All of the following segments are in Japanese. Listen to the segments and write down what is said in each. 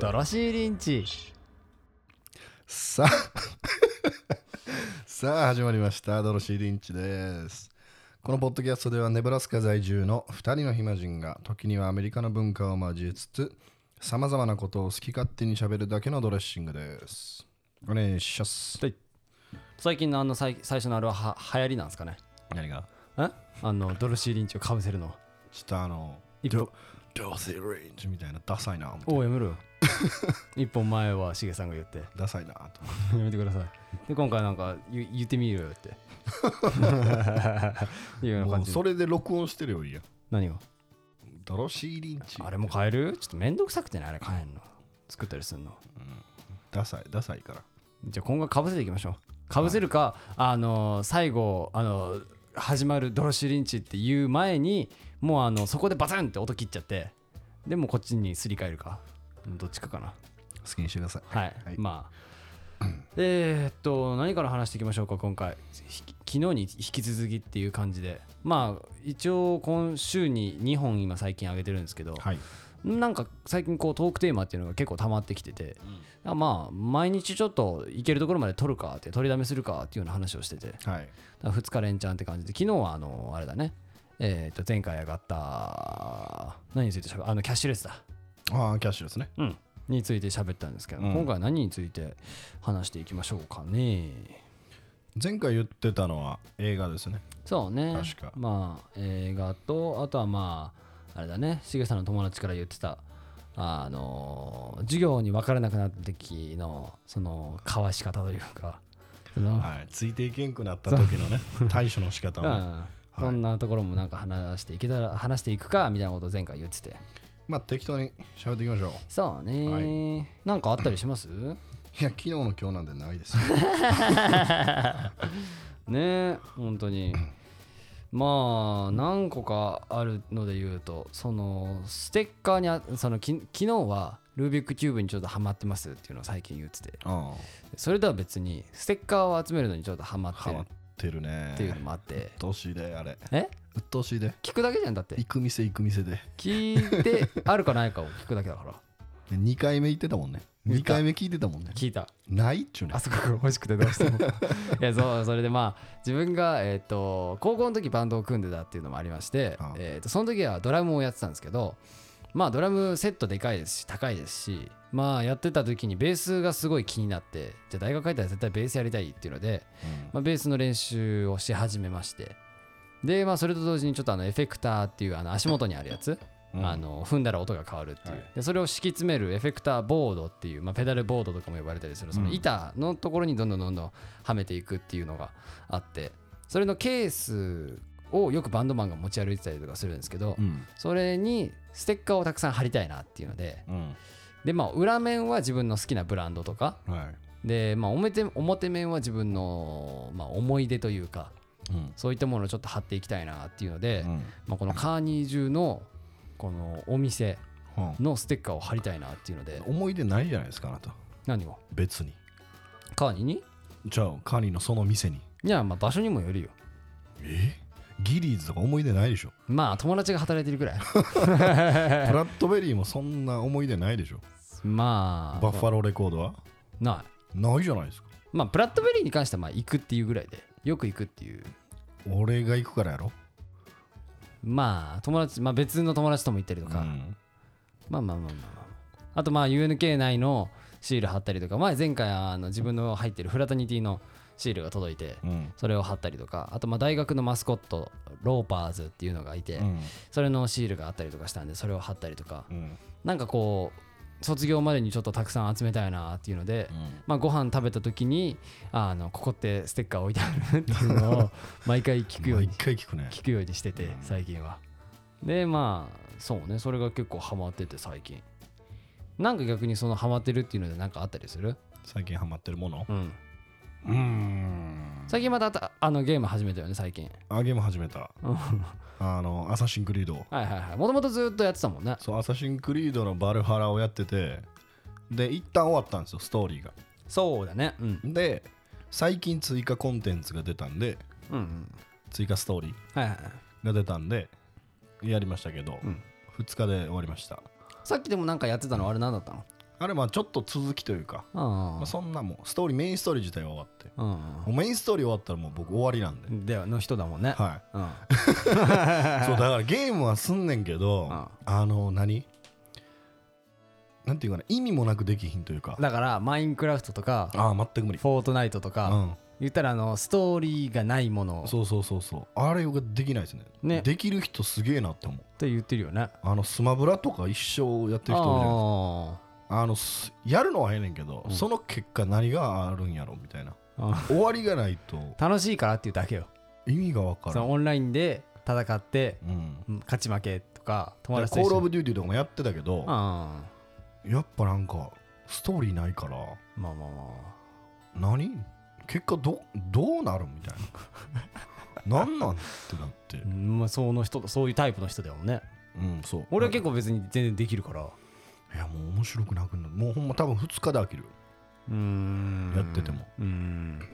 ドロシーリンチさあ さあ始まりましたドロシー・リンチですこのポッドキャストではネブラスカ在住の2人の暇人が時にはアメリカの文化を交えつつさまざまなことを好き勝手に喋るだけのドレッシングですお願いします最近のあの最最初のあれはは流行りなんですかね何がえあのドロシーリンチをかぶせるのちょっとあの一歩ドロシー・リンチみたいなダサいな思っておおやめ ろよ一本前はしげさんが言ってダサいなとやめてくださいで今回なんか言言ってみるよ っていうようなも感うじそれで録音してるよいいや何がドロシー・リンチあれも変えるちょっとめんどくさくてねあれ変えんの作ったりするのダサいダサいからじゃあ今後かぶせていきましょうかぶせるか、あの最後あの始まるドロシーリンチっていう前にもうあのそこでバツンって音切っちゃってでもうこっちにすり替えるかどっちかかな好きにしてくださいはい、はいまあえーっと何から話していきましょうか今回ひ昨日に引き続きっていう感じでまあ一応今週に2本今最近上げてるんですけど、はいなんか最近こうトークテーマっていうのが結構溜まってきてて、あまあ毎日ちょっと行けるところまで取るかって取りだめするかっていうような話をしててだかはいら2日連チャンって感じで昨日はあのあれだねえー、と前回上がった何についてしゃべあのキャッシュレスだ、ああキャッシュですねうん、について喋ったんですけど、うん今回は何について話していきましょうかね前回言ってたのは映画ですねそうね確かまあ映画とあとはまああれだねしげさんの友達から言ってたあの授業に分からなくなった時のそのかわし方というかその、はい、ついていけんくなった時の ね対処の仕方うんをねそんなところもなんか話していけたら話していくかみたいなことを前回言っててまあ適当に喋っていきましょうそうね、はなんかあったりしますねいや昨日の今日なんてないですよえ本当にまあ何個かあるので言うとそのステッカーにあそのき昨日はルービックキューブにちょっとハマってますっていうのを最近言っててハそれとは別にステッカーを集めるのにちょっとハマってるマっってるねていうのうもあってっとうしいであれえうっとうしいで聞くだけじゃんだって行く店行く店で聞いてあるかないかを聞くだけだからで2回目行ってたもんね言っ2た回目聞いてたもんね聞いたないっちゅうねあそこが欲しくてどうしてもいやそうそれでまあ自分が、えっと高校の時バンドを組んでたっていうのもありましてああえっとその時はドラムをやってたんですけどまあドラムセットでかいですし高いですしまあやってた時にベースがすごい気になってじゃあ大学帰ったら絶対ベースやりたいっていうので、うんまあ、ベースの練習をし始めましてでまあそれと同時にちょっとあのエフェクターっていうあの足元にあるやつうんあの踏んだら音が変わるっていう、はいでそれを敷き詰めるエフェクターボードっていう、まあ、ペダルボードとかも呼ばれたりするそのうん板のところにどんどんどんどんはめていくっていうのがあってそれのケースをよくバンドマンが持ち歩いてたりとかするんですけど、うんそれにステッカーをたくさん貼りたいなっていうのでうんで、まあ、裏面は自分の好きなブランドとかはいで、まあ、表表面は自分の、まあ、思い出というかうんそういったものをちょっと貼っていきたいなっていうので、うんまあ、このカーニー中のこのお店うんのステッカーを貼りたいなっていうので思い出ないじゃないですかあなた何を別にカーニにじゃあカニのその店にいやまあ場所にもよるよえギリーズとか思い出ないでしょまあ友達が働いてるくらい ブラッドベリーもそんな思い出ないでしょまあバッファローレコードはないないじゃないですかまあブラッドベリーに関してはまあ行くっていうぐらいでよく行くっていう俺が行くからやろまあ友達まあ別の友達とも行ったりとか、うんまあまあまあまあまああとまあ UNK 内のシール貼ったりとか前前回あの自分の入ってるフラタニティのシールが届いてうんそれを貼ったりとかあとまあ大学のマスコットローパーズっていうのがいて、うんそれのシールがあったりとかしたんでそれを貼ったりとかうんなんかこう卒業までにちょっとたくさん集めたいなっていうので、まあ、ご飯食べた時にあのここってステッカー置いてあるっていうのを毎回聞くようまあに一回聞くね聞くようにしてて最近はでまあそうねそれが結構ハマってて最近なんか逆にそのハマってるっていうので何かあったりする最近ハマってるものうんうん最近またあたあのゲーム始めたよね最近あゲーム始めたうんはいあのアサシンクリードはいはいもともとずっとやってたもんねそうアサシンクリードのバルハラをやっててで一旦終わったんですよストーリーがそうだねうんで最近追加コンテンツが出たんでうんうん追加ストーリーはいはいが出たんでやりましたけど、うん2日で終わりましたさっきでもなんかやってたのあれ何だったのあれまあちょっと続きというか、あまあ、そんなもんストーリーメインストーリー自体は終わってあもうメインストーリー終わったらもう僕終わりなんで、うんではの人だもんね、 はいうんあそうだからゲームはすんねんけど、うんあの何なんていうかな意味もなくできひんというかだからマインクラフトとかああ全く無理フォートナイトとか、う言ったらあのストーリーがないものんっそうそうそうそうあれができないですねねできる人すげえなって思うて言ってるよねあのスマブラとか一生やってる人いるじゃないですかあのすやるのはええねんけど、うんその結果何があるんやろみたいなあーあ終わりがないとー楽しいからっていうだけよ意味がわかそらんのオンラインで戦って、うんうん勝ち負けとかだ友から達コと一ール・オ緒にブ・デューティーとかもやってたけど、あやっぱなんかストーリーないからーまあまあま何結果どどうなるみたいな なんなんってなってあ、うんまあその人そういうタイプの人だよねうんそう俺は結構別に全然できるからいやもう面白くなくなるもうほんま多分2日で飽きるうーんやっててもうーん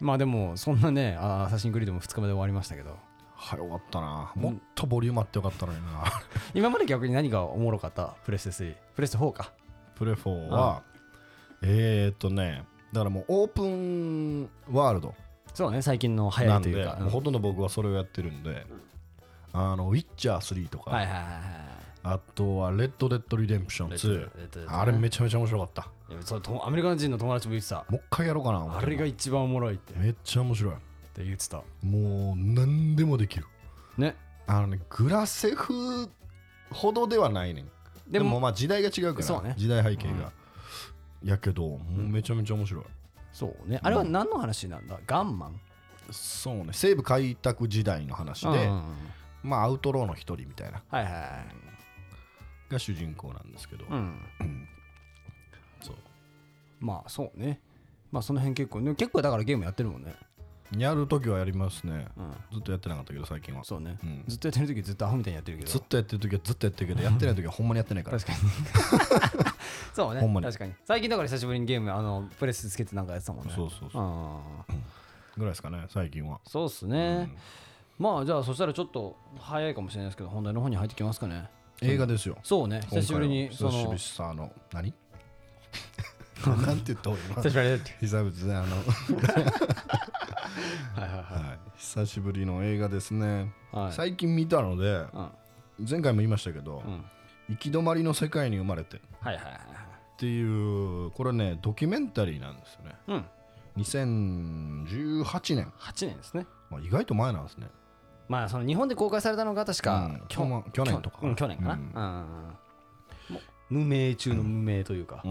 まあでもそんなねあーアサシンクリードも2日目で終わりましたけどはい終わったなもっとボリュームあってよかったのにな 今まで逆に何がおもろかったプレステ3プレステ4かプレフォーはえー、っとねだからもうオープンワールドそうね最近の流行なりんとでいうかもうほとんど僕はそれをやってるんで、あのウィッチャー3とか、うんはいはいはいあとはレッド・デッド・リデンプションはい2えっとえっとあれめちゃめちゃ面白かったいやそうとアメリカ人の友達も言ってたもう一回やろうかな思っあてれが一番おもろいってめっちゃ面白いって言ってたもう何でもできるねあのねグラセフほどではないねんででももまあ時代が違うかそらうね時代背景が、やけどもうめちゃめちゃ面白い、そうねあれは何の話なんだガンマンそうね西部開拓時代の話で、うんまあアウトローの一人みたいなはいはいはいが主人公なんですけど、うんそうまあそうねまあその辺結構ね結構だからゲームやってるもんねやるときはやりますね、うんずっとやってなかったけど最近はそうねうんずっとやってる時ずっとアホみたいにやってるけどずっとやってるときはずっとやってるけどやってないときはほんまにやってないから確かにそうねほんまに確かに最近だから久しぶりにゲームあのプレスつけてなんかやってたもんねそうそうそうあーぐらいですかね最近はそうっすね、まあじゃあそしたらちょっと早いかもしれないですけど本題の方に入ってきますかね映画ですよそうね久しぶりに今そ回のは久しぶりさの何 なんて言った俺 今久しぶりに久々であ の、はいはいははい、久しぶりの映画ですね、いはい最近見たのでうん前回も言いましたけど、うん行き止まりの世界に生まれてっはいはいはいはいていうこれねドキュメンタリーなんですよねうん2018年、 8年ですねまあ、意外と前なんですねまあその日本で公開されたのが確か、うんき去ょ年去年とかうん去年かな、うんうんうんもう無名中の無名というか、うん、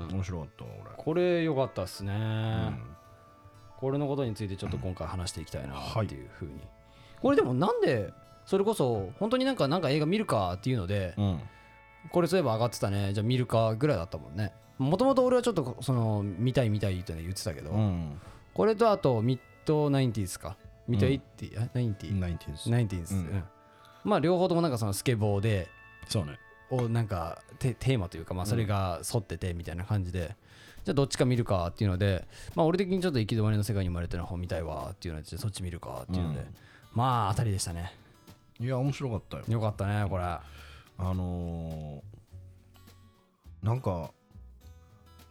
うん面白かった俺これ良かったっすね、うんこれのことについてちょっと今回話していきたいなっていうふうに、これでもなんでそれこそ本当になんかなんか映画見るかっていうので、うんこれそういえば上がってたねじゃあ見るかぐらいだったもんねもともと俺はちょっとその見たい見たいってね言ってたけど、うんこれとあとミッドナインティーズかミッドエイティー、ナインティーナインティーズナインティーズ、うんうんまあ両方ともなんかそのスケボーでそうねをなんかテテーマというか、まあ、それが沿っててみたいな感じで、じゃあどっちか見るかっていうので、まあ、俺的にちょっと行き止まりの世界に生まれてる方見たいわっていうのでじゃあそっち見るかっていうので、うんまあ当たりでしたねいや面白かったよよかったねこれあのーなんか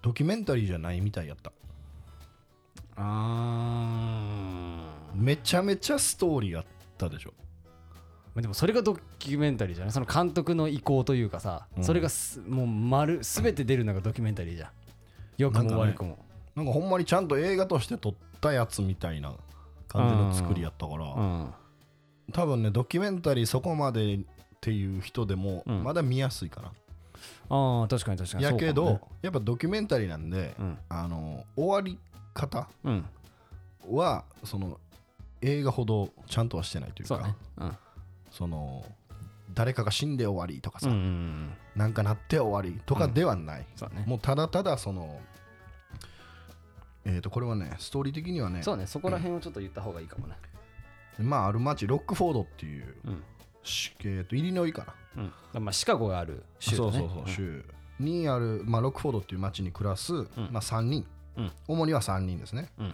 ドキュメンタリーじゃないみたいやったあめちゃめちゃストーリーあったでしょでもそれがドキュメンタリーじゃないその監督の意向というかさ、うんそれがすもう丸全て出るのがドキュメンタリーじゃんよくも悪くも、なんかほんまにちゃんと映画として撮ったやつみたいな感じの作りやったから、うん多分ねドキュメンタリーそこまでっていう人でもうんまだ見やすいかな、ああ確かに確かにやけど、そうかやっぱドキュメンタリーなんで、もねあの終わり方うん、うん、はその映画ほどちゃんとはしてないというそかうねうんその誰かが死んで終わりとかうさ、んうんうんなんかなって終わりとかではない、そうねもうただただそのえっ、とこれはねストーリー的にはねそうね、そこら辺をちょっと言った方がいいかもね。まあある町ロックフォードっていう、うん。しえー、とイリノイかなうん、まあ、シカゴがある州だそね。うそうそう、州にある、まあ、ロックフォードっていう町に暮らす、まあ、3人、うん主には3人ですね、うん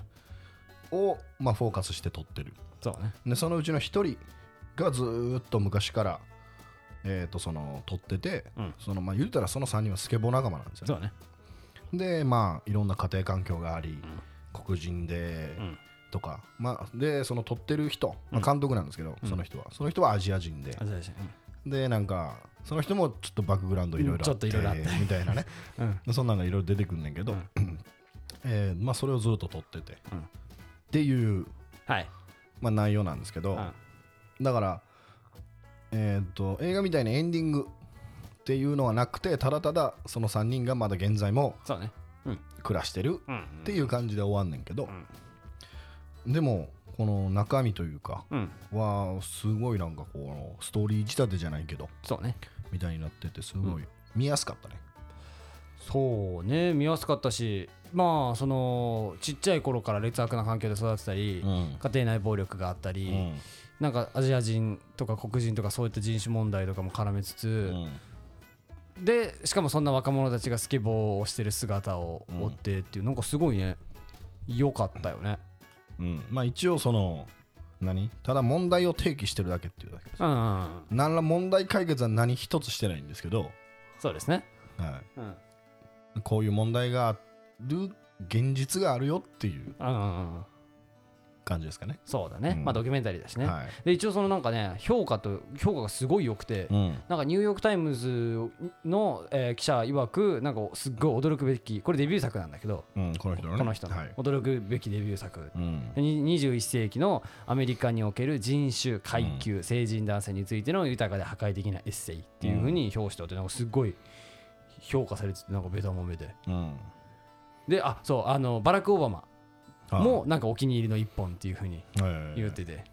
を、まあ、フォーカスして撮ってるそうね。でそのうちの1人がずーっと昔からえー、とその撮ってて、うんそのまあ、言うたらその3人はスケボー仲間なんですよねそうだねでまあいろんな家庭環境があり、黒人で、んとか、まあ、でその撮ってる人、まあ、監督なんですけど、その人はその人はアジア人であ、そうだしでなんかその人もちょっとバックグラウンドいろいろあってうんちょっと色々あってみたいな ね、そんなのがいろいろ出てくるんだけど、うんえーまあ、それをずっと撮ってて、うんっていう、はい、まあ、内容なんですけど、うんだから、えー、と映画みたいにエンディングっていうのはなくてただただその3人がまだ現在もそうだねうん暮らしてるうんっていう感じで終わんねんけど、でもこの中身というかうんはすごいなんかこうストーリー仕立てじゃないけどそうねみたいになっててすごい見やすかったね、そうね見やすかったしまあそのちっちゃい頃から劣悪な環境で育てたり、ん家庭内暴力があったり、なんかアジア人とか黒人とかそういった人種問題とかも絡めつうつ、んでしかもそんな若者たちがスケボーをしてる姿を追ってっていう、なんかすごいね良かったよねうんまあ一応その何ただ問題を提起してるだけっていうだけですうんうんうん、何ら問題解決は何一つしてないんですけど、そうですねはうんうんい、こういう問題がある現実があるよっていううんうん感じですかねそうだね、うんまあドキュメンタリーだしね、はいで一応そのなんかね評価と評価がすごい良くて、うんなんかニューヨーク・タイムズの、えー記者曰くなんかすっごい驚くべきこれデビュー作なんだけど、うん、この人のねこの人の、はい、驚くべきデビュー作うんに21世紀のアメリカにおける人種階級、成人男性についての豊かで破壊的なエッセイっていうふうに表しておってなんかすっごい評価されててなんかベタもめでうんであそうあのバラク・オバマもなんかお気に入りの一本っていうふうにはいはいはいはい言うてて、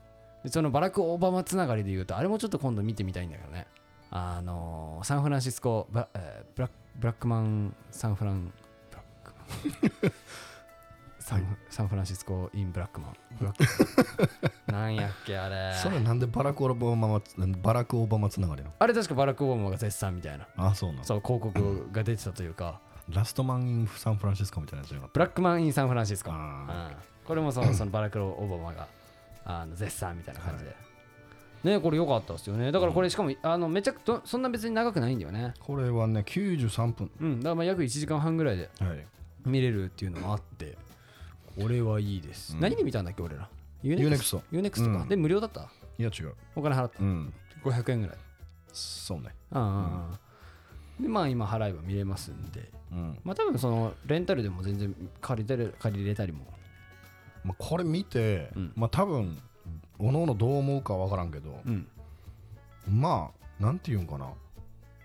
でそのバラク・オバマつながりで言うとあれもちょっと今度見てみたいんだけどねあのーサンフランシスコブラ,えー、ブラックブラックマンサンフランブラックマンサン,、サンフランシスコ・イン・ブラックマンブラックなんやっけあれそれなんでバラク・オバマつバラク・オバマつながりなのあれ確かバラク・オバマが絶賛みたいなあそうなのそう広告が出てたというかラストマン・イン・サンフランシスコみたいなやつじゃなかっブラックマン・イン・サンフランシスコ、あうんこれもそのそのバラクロ・オバマがあの絶賛みたいな感じで、ねこれ良かったですよねだからこれしかも、あのめちゃくちゃそんな別に長くないんだよねたこれはね93分うんだからまあ約1時間半ぐらいではい見れるっていうのもあってこれはいいです、うん何で見たんだっけ俺ら UNEXT UNEXT か、うんで無料だったいや違うお金払ったうん500円ぐらいそうねうんうんうんでまあ今払えば見れますんでうん、まあ多分そのレンタルでも全然借りてる借りれたりもまあ、これ見て、うんまあ多分おのおのどう思うかわからんけど、うんまあなんていうんかな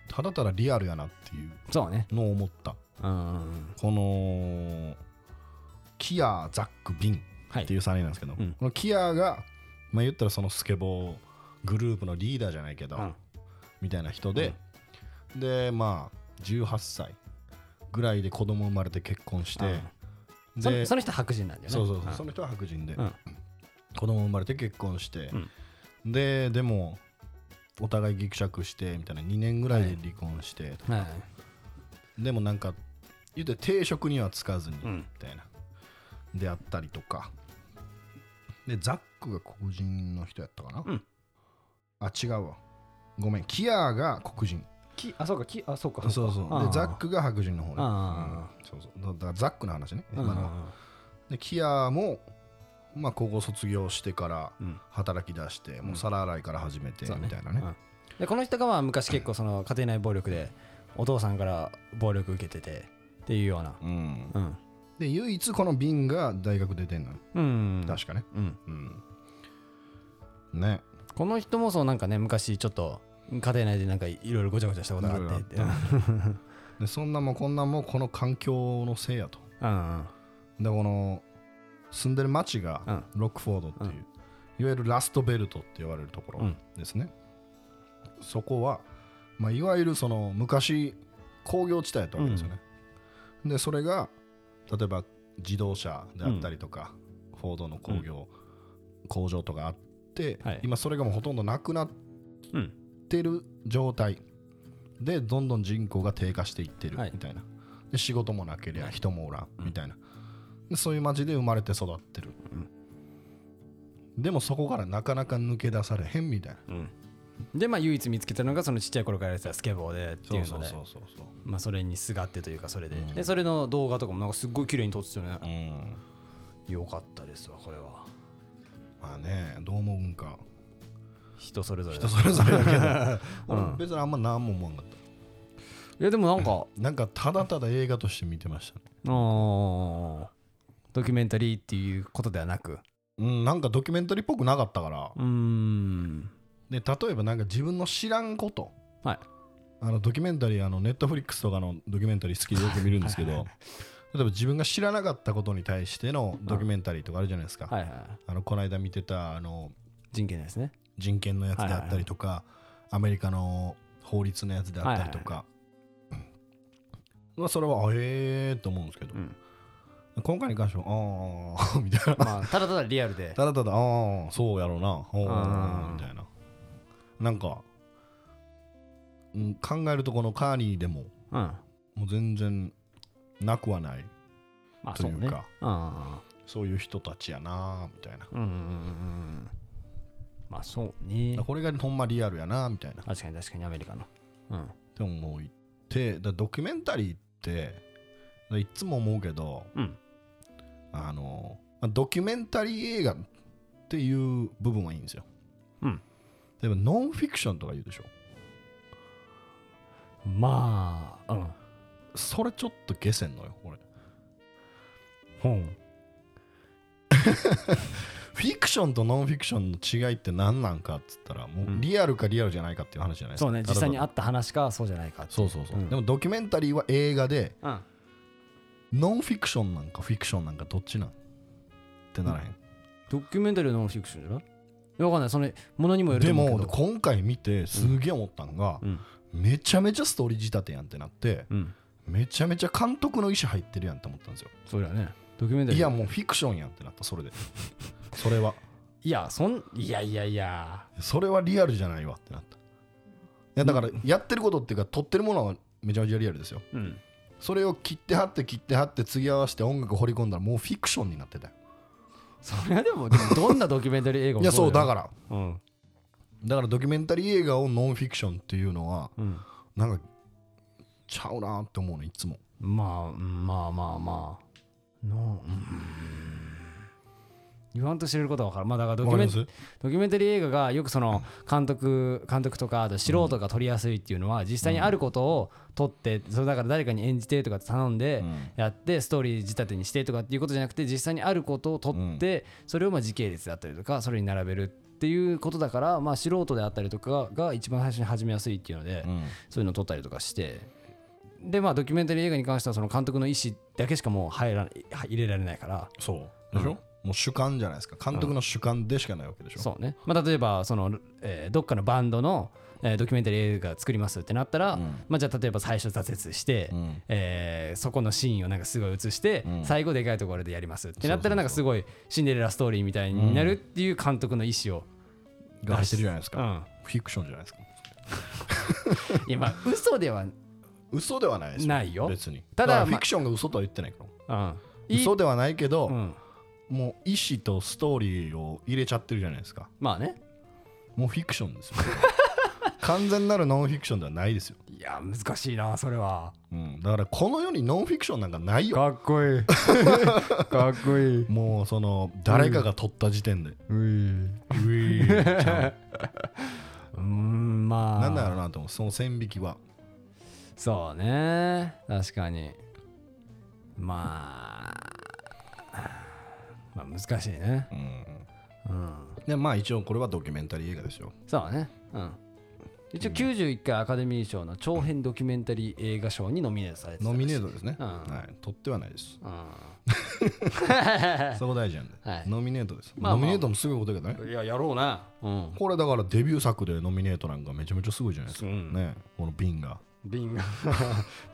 ただただリアルやなっていうそうねのを思ったうんうんうんこのキアザック・ビンはっていいう3人なんですけど、うんこのキアが、まあ、言ったらそのスケボーグループのリーダーじゃないけど、うんみたいな人で、でまあ18歳ぐらいで子供生まれて結婚して、そでのその人は白人なんだよねそうそうそう、んその人は白人で、うん子供生まれて結婚して、ででもお互いぎくしゃくしてみたいな2年ぐらいで離婚して、はいはいでもなんか言うて定職にはつかずにうみんたいな、であったりとかでザックが黒人の人やったかな、うんあ違うわごめんキアが黒人きあそうかきあそうかそうそうあでーザックが白人の方ね、あうんそうそうだだからザックの話ね、うんう今んのはでキアも、まあ、高校卒業してからうん働き出して、もう皿洗いから始めてそうみたいなねうんでこの人がまあ昔結構その家庭内暴力でお父さんから暴力受けててっていうようなうんうんで唯一このビンが大学出てんのよ、うん確かね、うんうん、ねこの人もそうなんかね昔ちょっと家庭内でなんかいろいろごちゃごちゃしたことがあっていろいろあでそんなもんこんなんもこの環境のせいやとうんうんでこの住んでる町うがんロックフォードっていう、いわゆるラストベルトって言われるところうんですね、そこは、まあ、いわゆるその昔工業地帯だったわけですよね、でそれが例えば自動車であったりとか、フォードの工業、工場とかあって、はい今それがもうほとんどなくなっうんってる状態でどんどん人口が低下していってるはいみたいな、で仕事もなけりゃはい人もおらんみたいな、でそういう町で生まれて育ってる、でもそこからなかなか抜け出されへんみたいなうんでまあ唯一見つけたのがそのちっちゃい頃からやってたスケボーでってそいううそのうでそうそうそうまあそれにすがってというかそれで,、うんでそれの動画とかもなんかすっごい綺麗に撮ってたよね、うんよかったですわこれはまあねどう思うんか人それぞれ人それぞれだけど う俺ん別にあんま何も思わなかったいやでもなんかなんかただただ映画として見てましたね あードキュメンタリーっていうことではなくうんなんかドキュメンタリーっぽくなかったからうーんで例えばなんか自分の知らんことはいあのドキュメンタリーあのネットフリックスとかのドキュメンタリー好きでよく見るんですけど例えば自分が知らなかったことに対してのドキュメンタリーとかあるじゃないですか、はいはいあのこの間見てたあの人権ですね人権のやつであったりとか、アメリカの法律のやつであったりとか、まあそれはあえーと思うんですけど、うん今回に関してはああみたいなまあただただリアルでただただああそうやろうなおうーんみたいななんか、うん、考えるとこのカーニーでも うんまもう全然なくはないあとそういねうかうんそういう人たちやなみたいなうんうんうんうんまあそうねこれがほんまリアルやなみたいな確かに確かにアメリカのうんって思ってだからドキュメンタリーってだいつも思うけどうんあのまあドキュメンタリー映画っていう部分はいいんですよ、うん例えばノンフィクションとか言うでしょまあうんそれちょっと下せんのよ俺本フィクションとノンフィクションの違いって何なんかっつったらもうリアルかリアルじゃないかっていう話じゃないですか、そうね実際にああった話かそうじゃないかそうそうそう、うんでもドキュメンタリーは映画でうんノンフィクションなんかフィクションなんかどっちなんってならへん、ドキュメンタリーはノンフィクションじゃないいやわかんないそのものにもよるとで思うけども今回見てすげえ思ったんが、うんめちゃめちゃストーリー仕立てやんってなってうんめちゃめちゃ監督の意思入ってるやんって思ったんですよそうだよねドキュメンタリーいやもうフィクションやんってなったそれでそれはいやそんいやいやいやそれはリアルじゃないわってなったいやだからやってることっていうか撮ってるものはめちゃめちゃリアルですようんそれを切って貼って切って貼って継ぎ合わせて音楽掘り込んだらもうフィクションになってたよそれはでもでもどんなドキュメンタリー映画もいやそうだらからうんだからドキュメンタリー映画をノンフィクションっていうのはうんなんかちゃうなって思うのいつもまあうんまあまあまあのうん言わんとしてることは分かるまあだからドキュメンわかりますドキュメンタリー映画がよくその監督監督とかあと素人が撮りやすいっていうのは実際にあることを撮ってそれだから誰かに演じてとかって頼んでうんやってストーリー仕立てにしてとかっていうことじゃなくて実際にあることを撮ってそれをまあ時系列だったりとかそれに並べるっていうことだからまあ素人であったりとかが一番最初に始めやすいっていうのでうんそういうのを撮ったりとかしてでまあドキュメンタリー映画に関してはその監督の意思だけしかもう入ら入れられないからそうでしょ、もう主観じゃないですか監督の主観でしかないわけでしょ、そうね、まあ、例えばその、えーどっかのバンドの、えードキュメンタリー映画作りますってなったら、うんまあ、じゃあ例えば最初挫折して、うんえーそこのシーンをなんかすごい映して、うん最後でかいところでやりますってなったそうそうそらうなんかすごいシンデレラストーリーみたいになるっていう監督の意思を、が入ってるじゃないですうか、んフィクションじゃないですかいやまあ嘘では、うん、嘘ではないですよないよ別にたただだまあフィクションが嘘とは言ってないからいい嘘ではないけど、うん、もう意思とストーリーを入れちゃってるじゃないですかまあねもうフィクションです よ完全なるノンフィクションではないですよ、いや難しいなそれはうん、だからこの世にノンフィクションなんかないよかっこ いいかっこいいもうその誰かが撮った時点で、うぃーちゃうーんまあう なんだろうなと思うその線引きはそうね確かにまあまあ難しいねうんうんでまあ一応これはドキュメンタリー映画ですよそうねうん一応91回アカデミー賞の長編ドキュメンタリー映画賞にノミネートされてたノミネートトですね、うんはい取ってはないですうそこ大事なんで、はいノミネートです、まあまあノミネートもすごいことだけどねんいややろうなうんこれだからデビュー作でノミネートなんかめちゃめちゃすごいじゃないですか、うんねこの瓶が瓶 が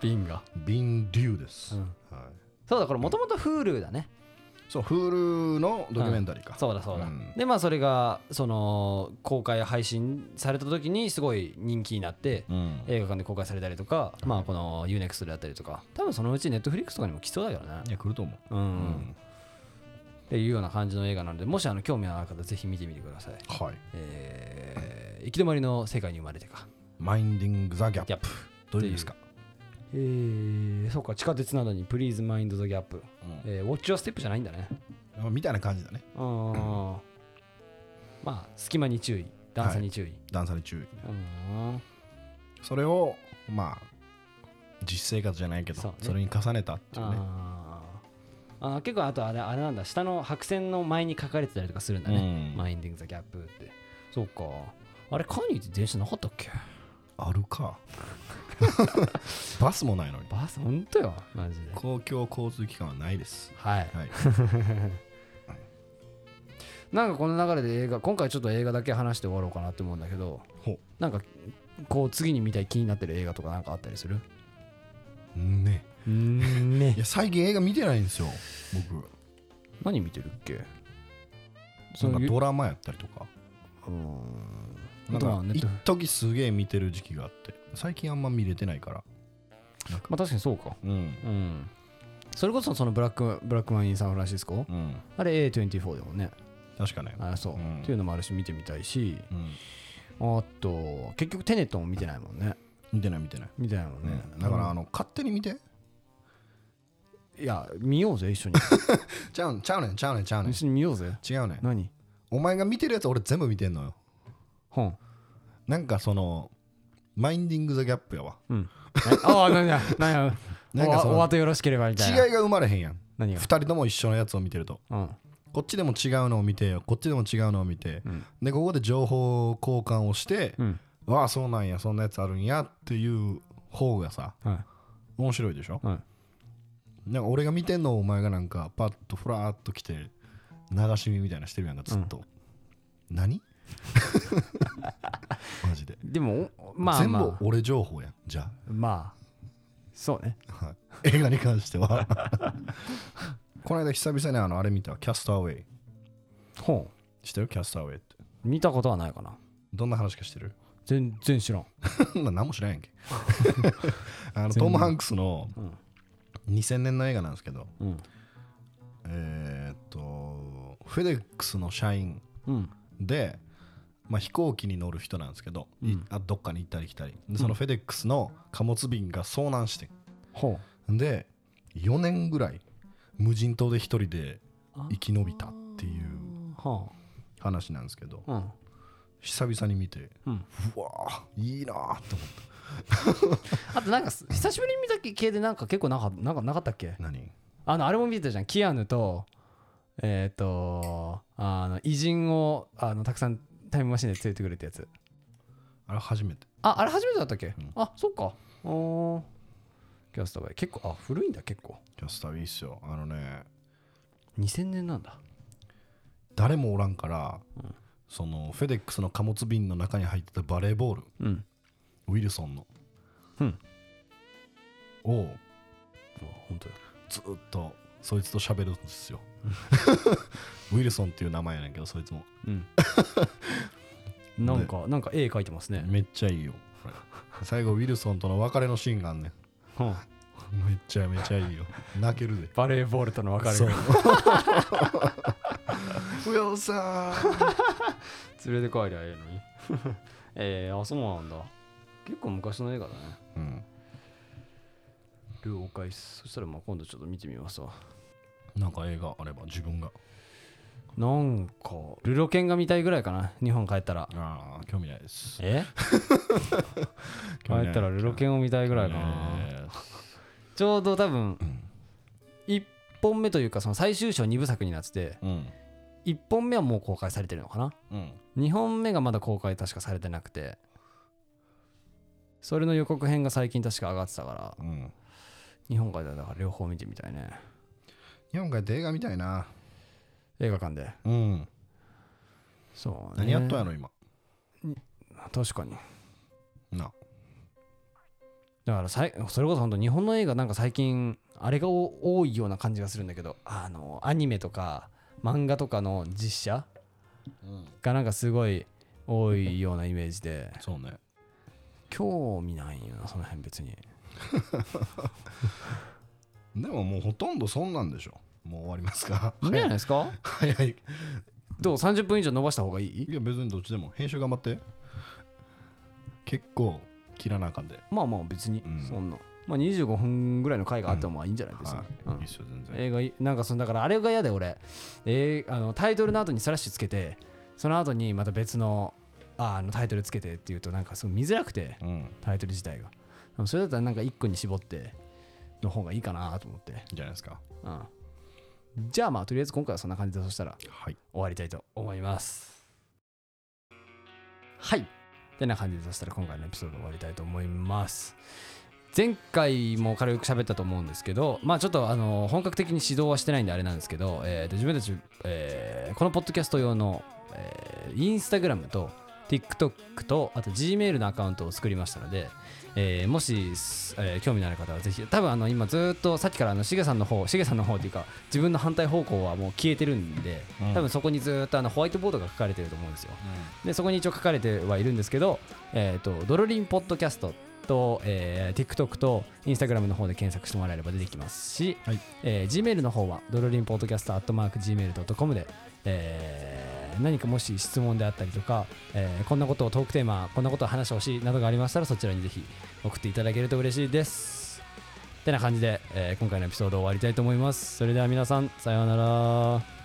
瓶が瓶竜です、うんはい、そうだこれもともと Hulu だねそう Hulu のドキュメンタリーか、そうだそうだ、うんでまあそれがその公開配信された時にすごい人気になって、うん映画館で公開されたりとか、まあこの UNEXT であったりとか多分そのうち Netflix とかにも来そうだけどねいや来ると思うん、う、うんっていうような感じの映画なのでもしあの興味のある方ぜひ見てみてくださいはいえー行き止まりの世界に生まれてかマインディング・ザ・ギャギッャッププ。どういう意味ですかえー、そうか地下鉄などに「プリーズマインド・ザ・ギャップ」うんえーウォッチ・オア・ステップ」じゃないんだねまあみたいな感じだね。あーまあ隙間に注意段差に注意、段差に注意。うんそれを、まあ、実生活じゃないけど、そそうねれに重ねたっていうね。あーあー結構あとあれあれなんだ下の白線の前に書かれてたりとかするんだうね、んマインディング・ザ・ギャップってそうかあれカーニーって電車なかったっけある か。バスもないのに。バスほんとよマジで公共交通機関はないです。はいはい。なんかこの流れで映画今回ちょっと映画だけ話して終わろうかなって思うんだけどほなんかこう次に見たい気になってる映画とかなんかあったりするね。んいねや、最近映画見てないんですよ、僕。何見てるっけそなのんかゆドラマやったりとか。うーんなんまあかネッ一ト時すげえ見てる時期があって最近あんま見れてないからまあ確かにそうかうんうんそれこそそのブラックブラックマンインサンフランシスコうんあれ A24 でもね確かねあそう、うっんていうのもあるし見てみたいしうんあと結局テネットも見てないもんね見てない見てない、見てないもんね、うんだからあの勝手に見ていや見ようぜ一緒にちゃうちゃうねんちゃうねんちゃうねん一緒に見ようぜ違うねん何お前が見てるやつ俺全部見てんのよ本なんかそのマインディング・ザ・ギャップやわうん。 ああ、なんや、 なんや、なんかそのおお後よろしければみたいな。違いが生まれへんやん何二が。人とも一緒のやつを見てるとうん。こっちでも違うのを見てこっちでも違うのを見て、でここで情報交換をして、うん。わあそうなんやそんなやつあるんやっていう方がさは面白いでしょい。はい。なんか俺が見てんのをお前がなんかパッとふらーっと来て流し見みたいなしてるやんかずっと、何 マジで、でも、おまあ、全ま部俺情報やんじゃあ、まあ、そうね。あ、はい映画に関してはこの間久々にあのあれ見たわキャスターウェイ本。知ってるキャスターウェイって見たことはないかな。どんな話かしてる 全然知らん。な何も知らんやんけ あの全然トム・ハンクスのうん2000年の映画なんですけど、うん。えーっとフェデックスの社員うん。で、まあ、飛行機に乗る人なんですけど、いうんあどっかに行ったり来たりでそのフェデックスの貨物便が遭難して本。んで4年ぐらい無人島で一人で生き延びたっていうは話なんですけどあ。うん。久々に見てうん、うわーいいなーって思っあとなんかす久しぶりに見た系でなんか結構なかなんかなかったっけた何あのあれも見てたじゃんキアヌとえっ、とあの偉人をあのたくさんタイムマシンで連れてくれたやつあれ初めてあ、あれ初めてだったっけ、んあ、そっか。おーキャスターウェイ。結構、あ、古いんだ、結構。キャスターいいっすよあのね2000年なんだ。誰もおらんから、そのフェデックスの貨物便の中に入ってたバレーボールうん。ウィルソンの、うんをあ、本当だ。ずっとそいつと喋るんです よウィルソンっていう名前やねんけどそいつもうん。 なんか、なんか絵描いてますね。めっちゃいいよこれ最後ウィルソンとの別れのシーンがあんねんうんめっちゃめちゃいい よ泣けるでバレーボールとの別れそうがウィルソン連れて帰りゃええのに。 えー、あ、そうなんだ。結構昔の映画だね。うん了解です。そしたら、まあ今度ちょっと見てみますわ。なんか映画あれば自分がなんか、ルロケンが見たいぐらいかな、日本帰ったら。ああ興味ないですえ 帰ったらルロケンを見たいぐらいかな。ねちょうど多分、1本目というかその最終章2部作になっててうん1本目はもう公開されてるのかなうん2本目がまだ公開確かされてなくてそれの予告編が最近確か上がってたからうん日本海でだから両方見てみたいね日本帰って映画みたいな映画館でうんそうね何やっとんやろ今確かになだからさいそれこそ本当日本の映画なんか最近あれがお多いような感じがするんだけどあのアニメとか漫画とかの実写がなんかすごい多いようなイメージでそうね興味ないよなその辺別にでももうほとんどそんなんでしょもう終わりますかいいんじゃないですか早いどう30分以上伸ばした方がいいいや別にどっちでも編集頑張って結構切らなあかんで、まあまあ別にうんそんな、まあ、25分ぐらいの回があってもまあいいんじゃないですか、はいうんいいっすよ全然、映画いなんかそのだからあれが嫌で俺、えーあのタイトルの後にスラッシュつけてその後にまた別のああのタイトルつけてっていうとなんかすごい見づらくてうんタイトル自体がでもそれだったらなんか1個に絞っての方がいいかなと思って、じゃないですかうん、じゃあまあとりあえず今回はそんな感じでそしたらはい終わりたいと思いますはいてな感じでそしたら今回のエピソード終わりたいと思います前回も軽く喋ったと思うんですけどまあちょっとあの本格的に指導はしてないんであれなんですけど、えーと自分たち、えーこのポッドキャスト用の、えー、インスタグラムと TikTok とあと Gmail のアカウントを作りましたので、えーもし、すえー興味のある方はぜひ多分あの今ずーっとさっきからあのしげさんの方しげさんの方っていうか自分の反対方向はもう消えてるんで、うん多分そこにずーっとあのホワイトボードが書かれてると思うんですよでそこに一応書かれてはいるんですけど、えー、とドロリンポッドキャストと、えー TikTok と Instagram の方で検索してもらえれば出てきますし、はいえー Gmail の方はドロリンポッドキャスト Gmail.com で、えー何かもし質問であったりとか、えーこんなことをトークテーマこんなことを話してほしいなどがありましたらそちらにぜひ送っていただけると嬉しいですてな感じで、えー今回のエピソードを終わりたいと思いますそれでは皆さんさようなら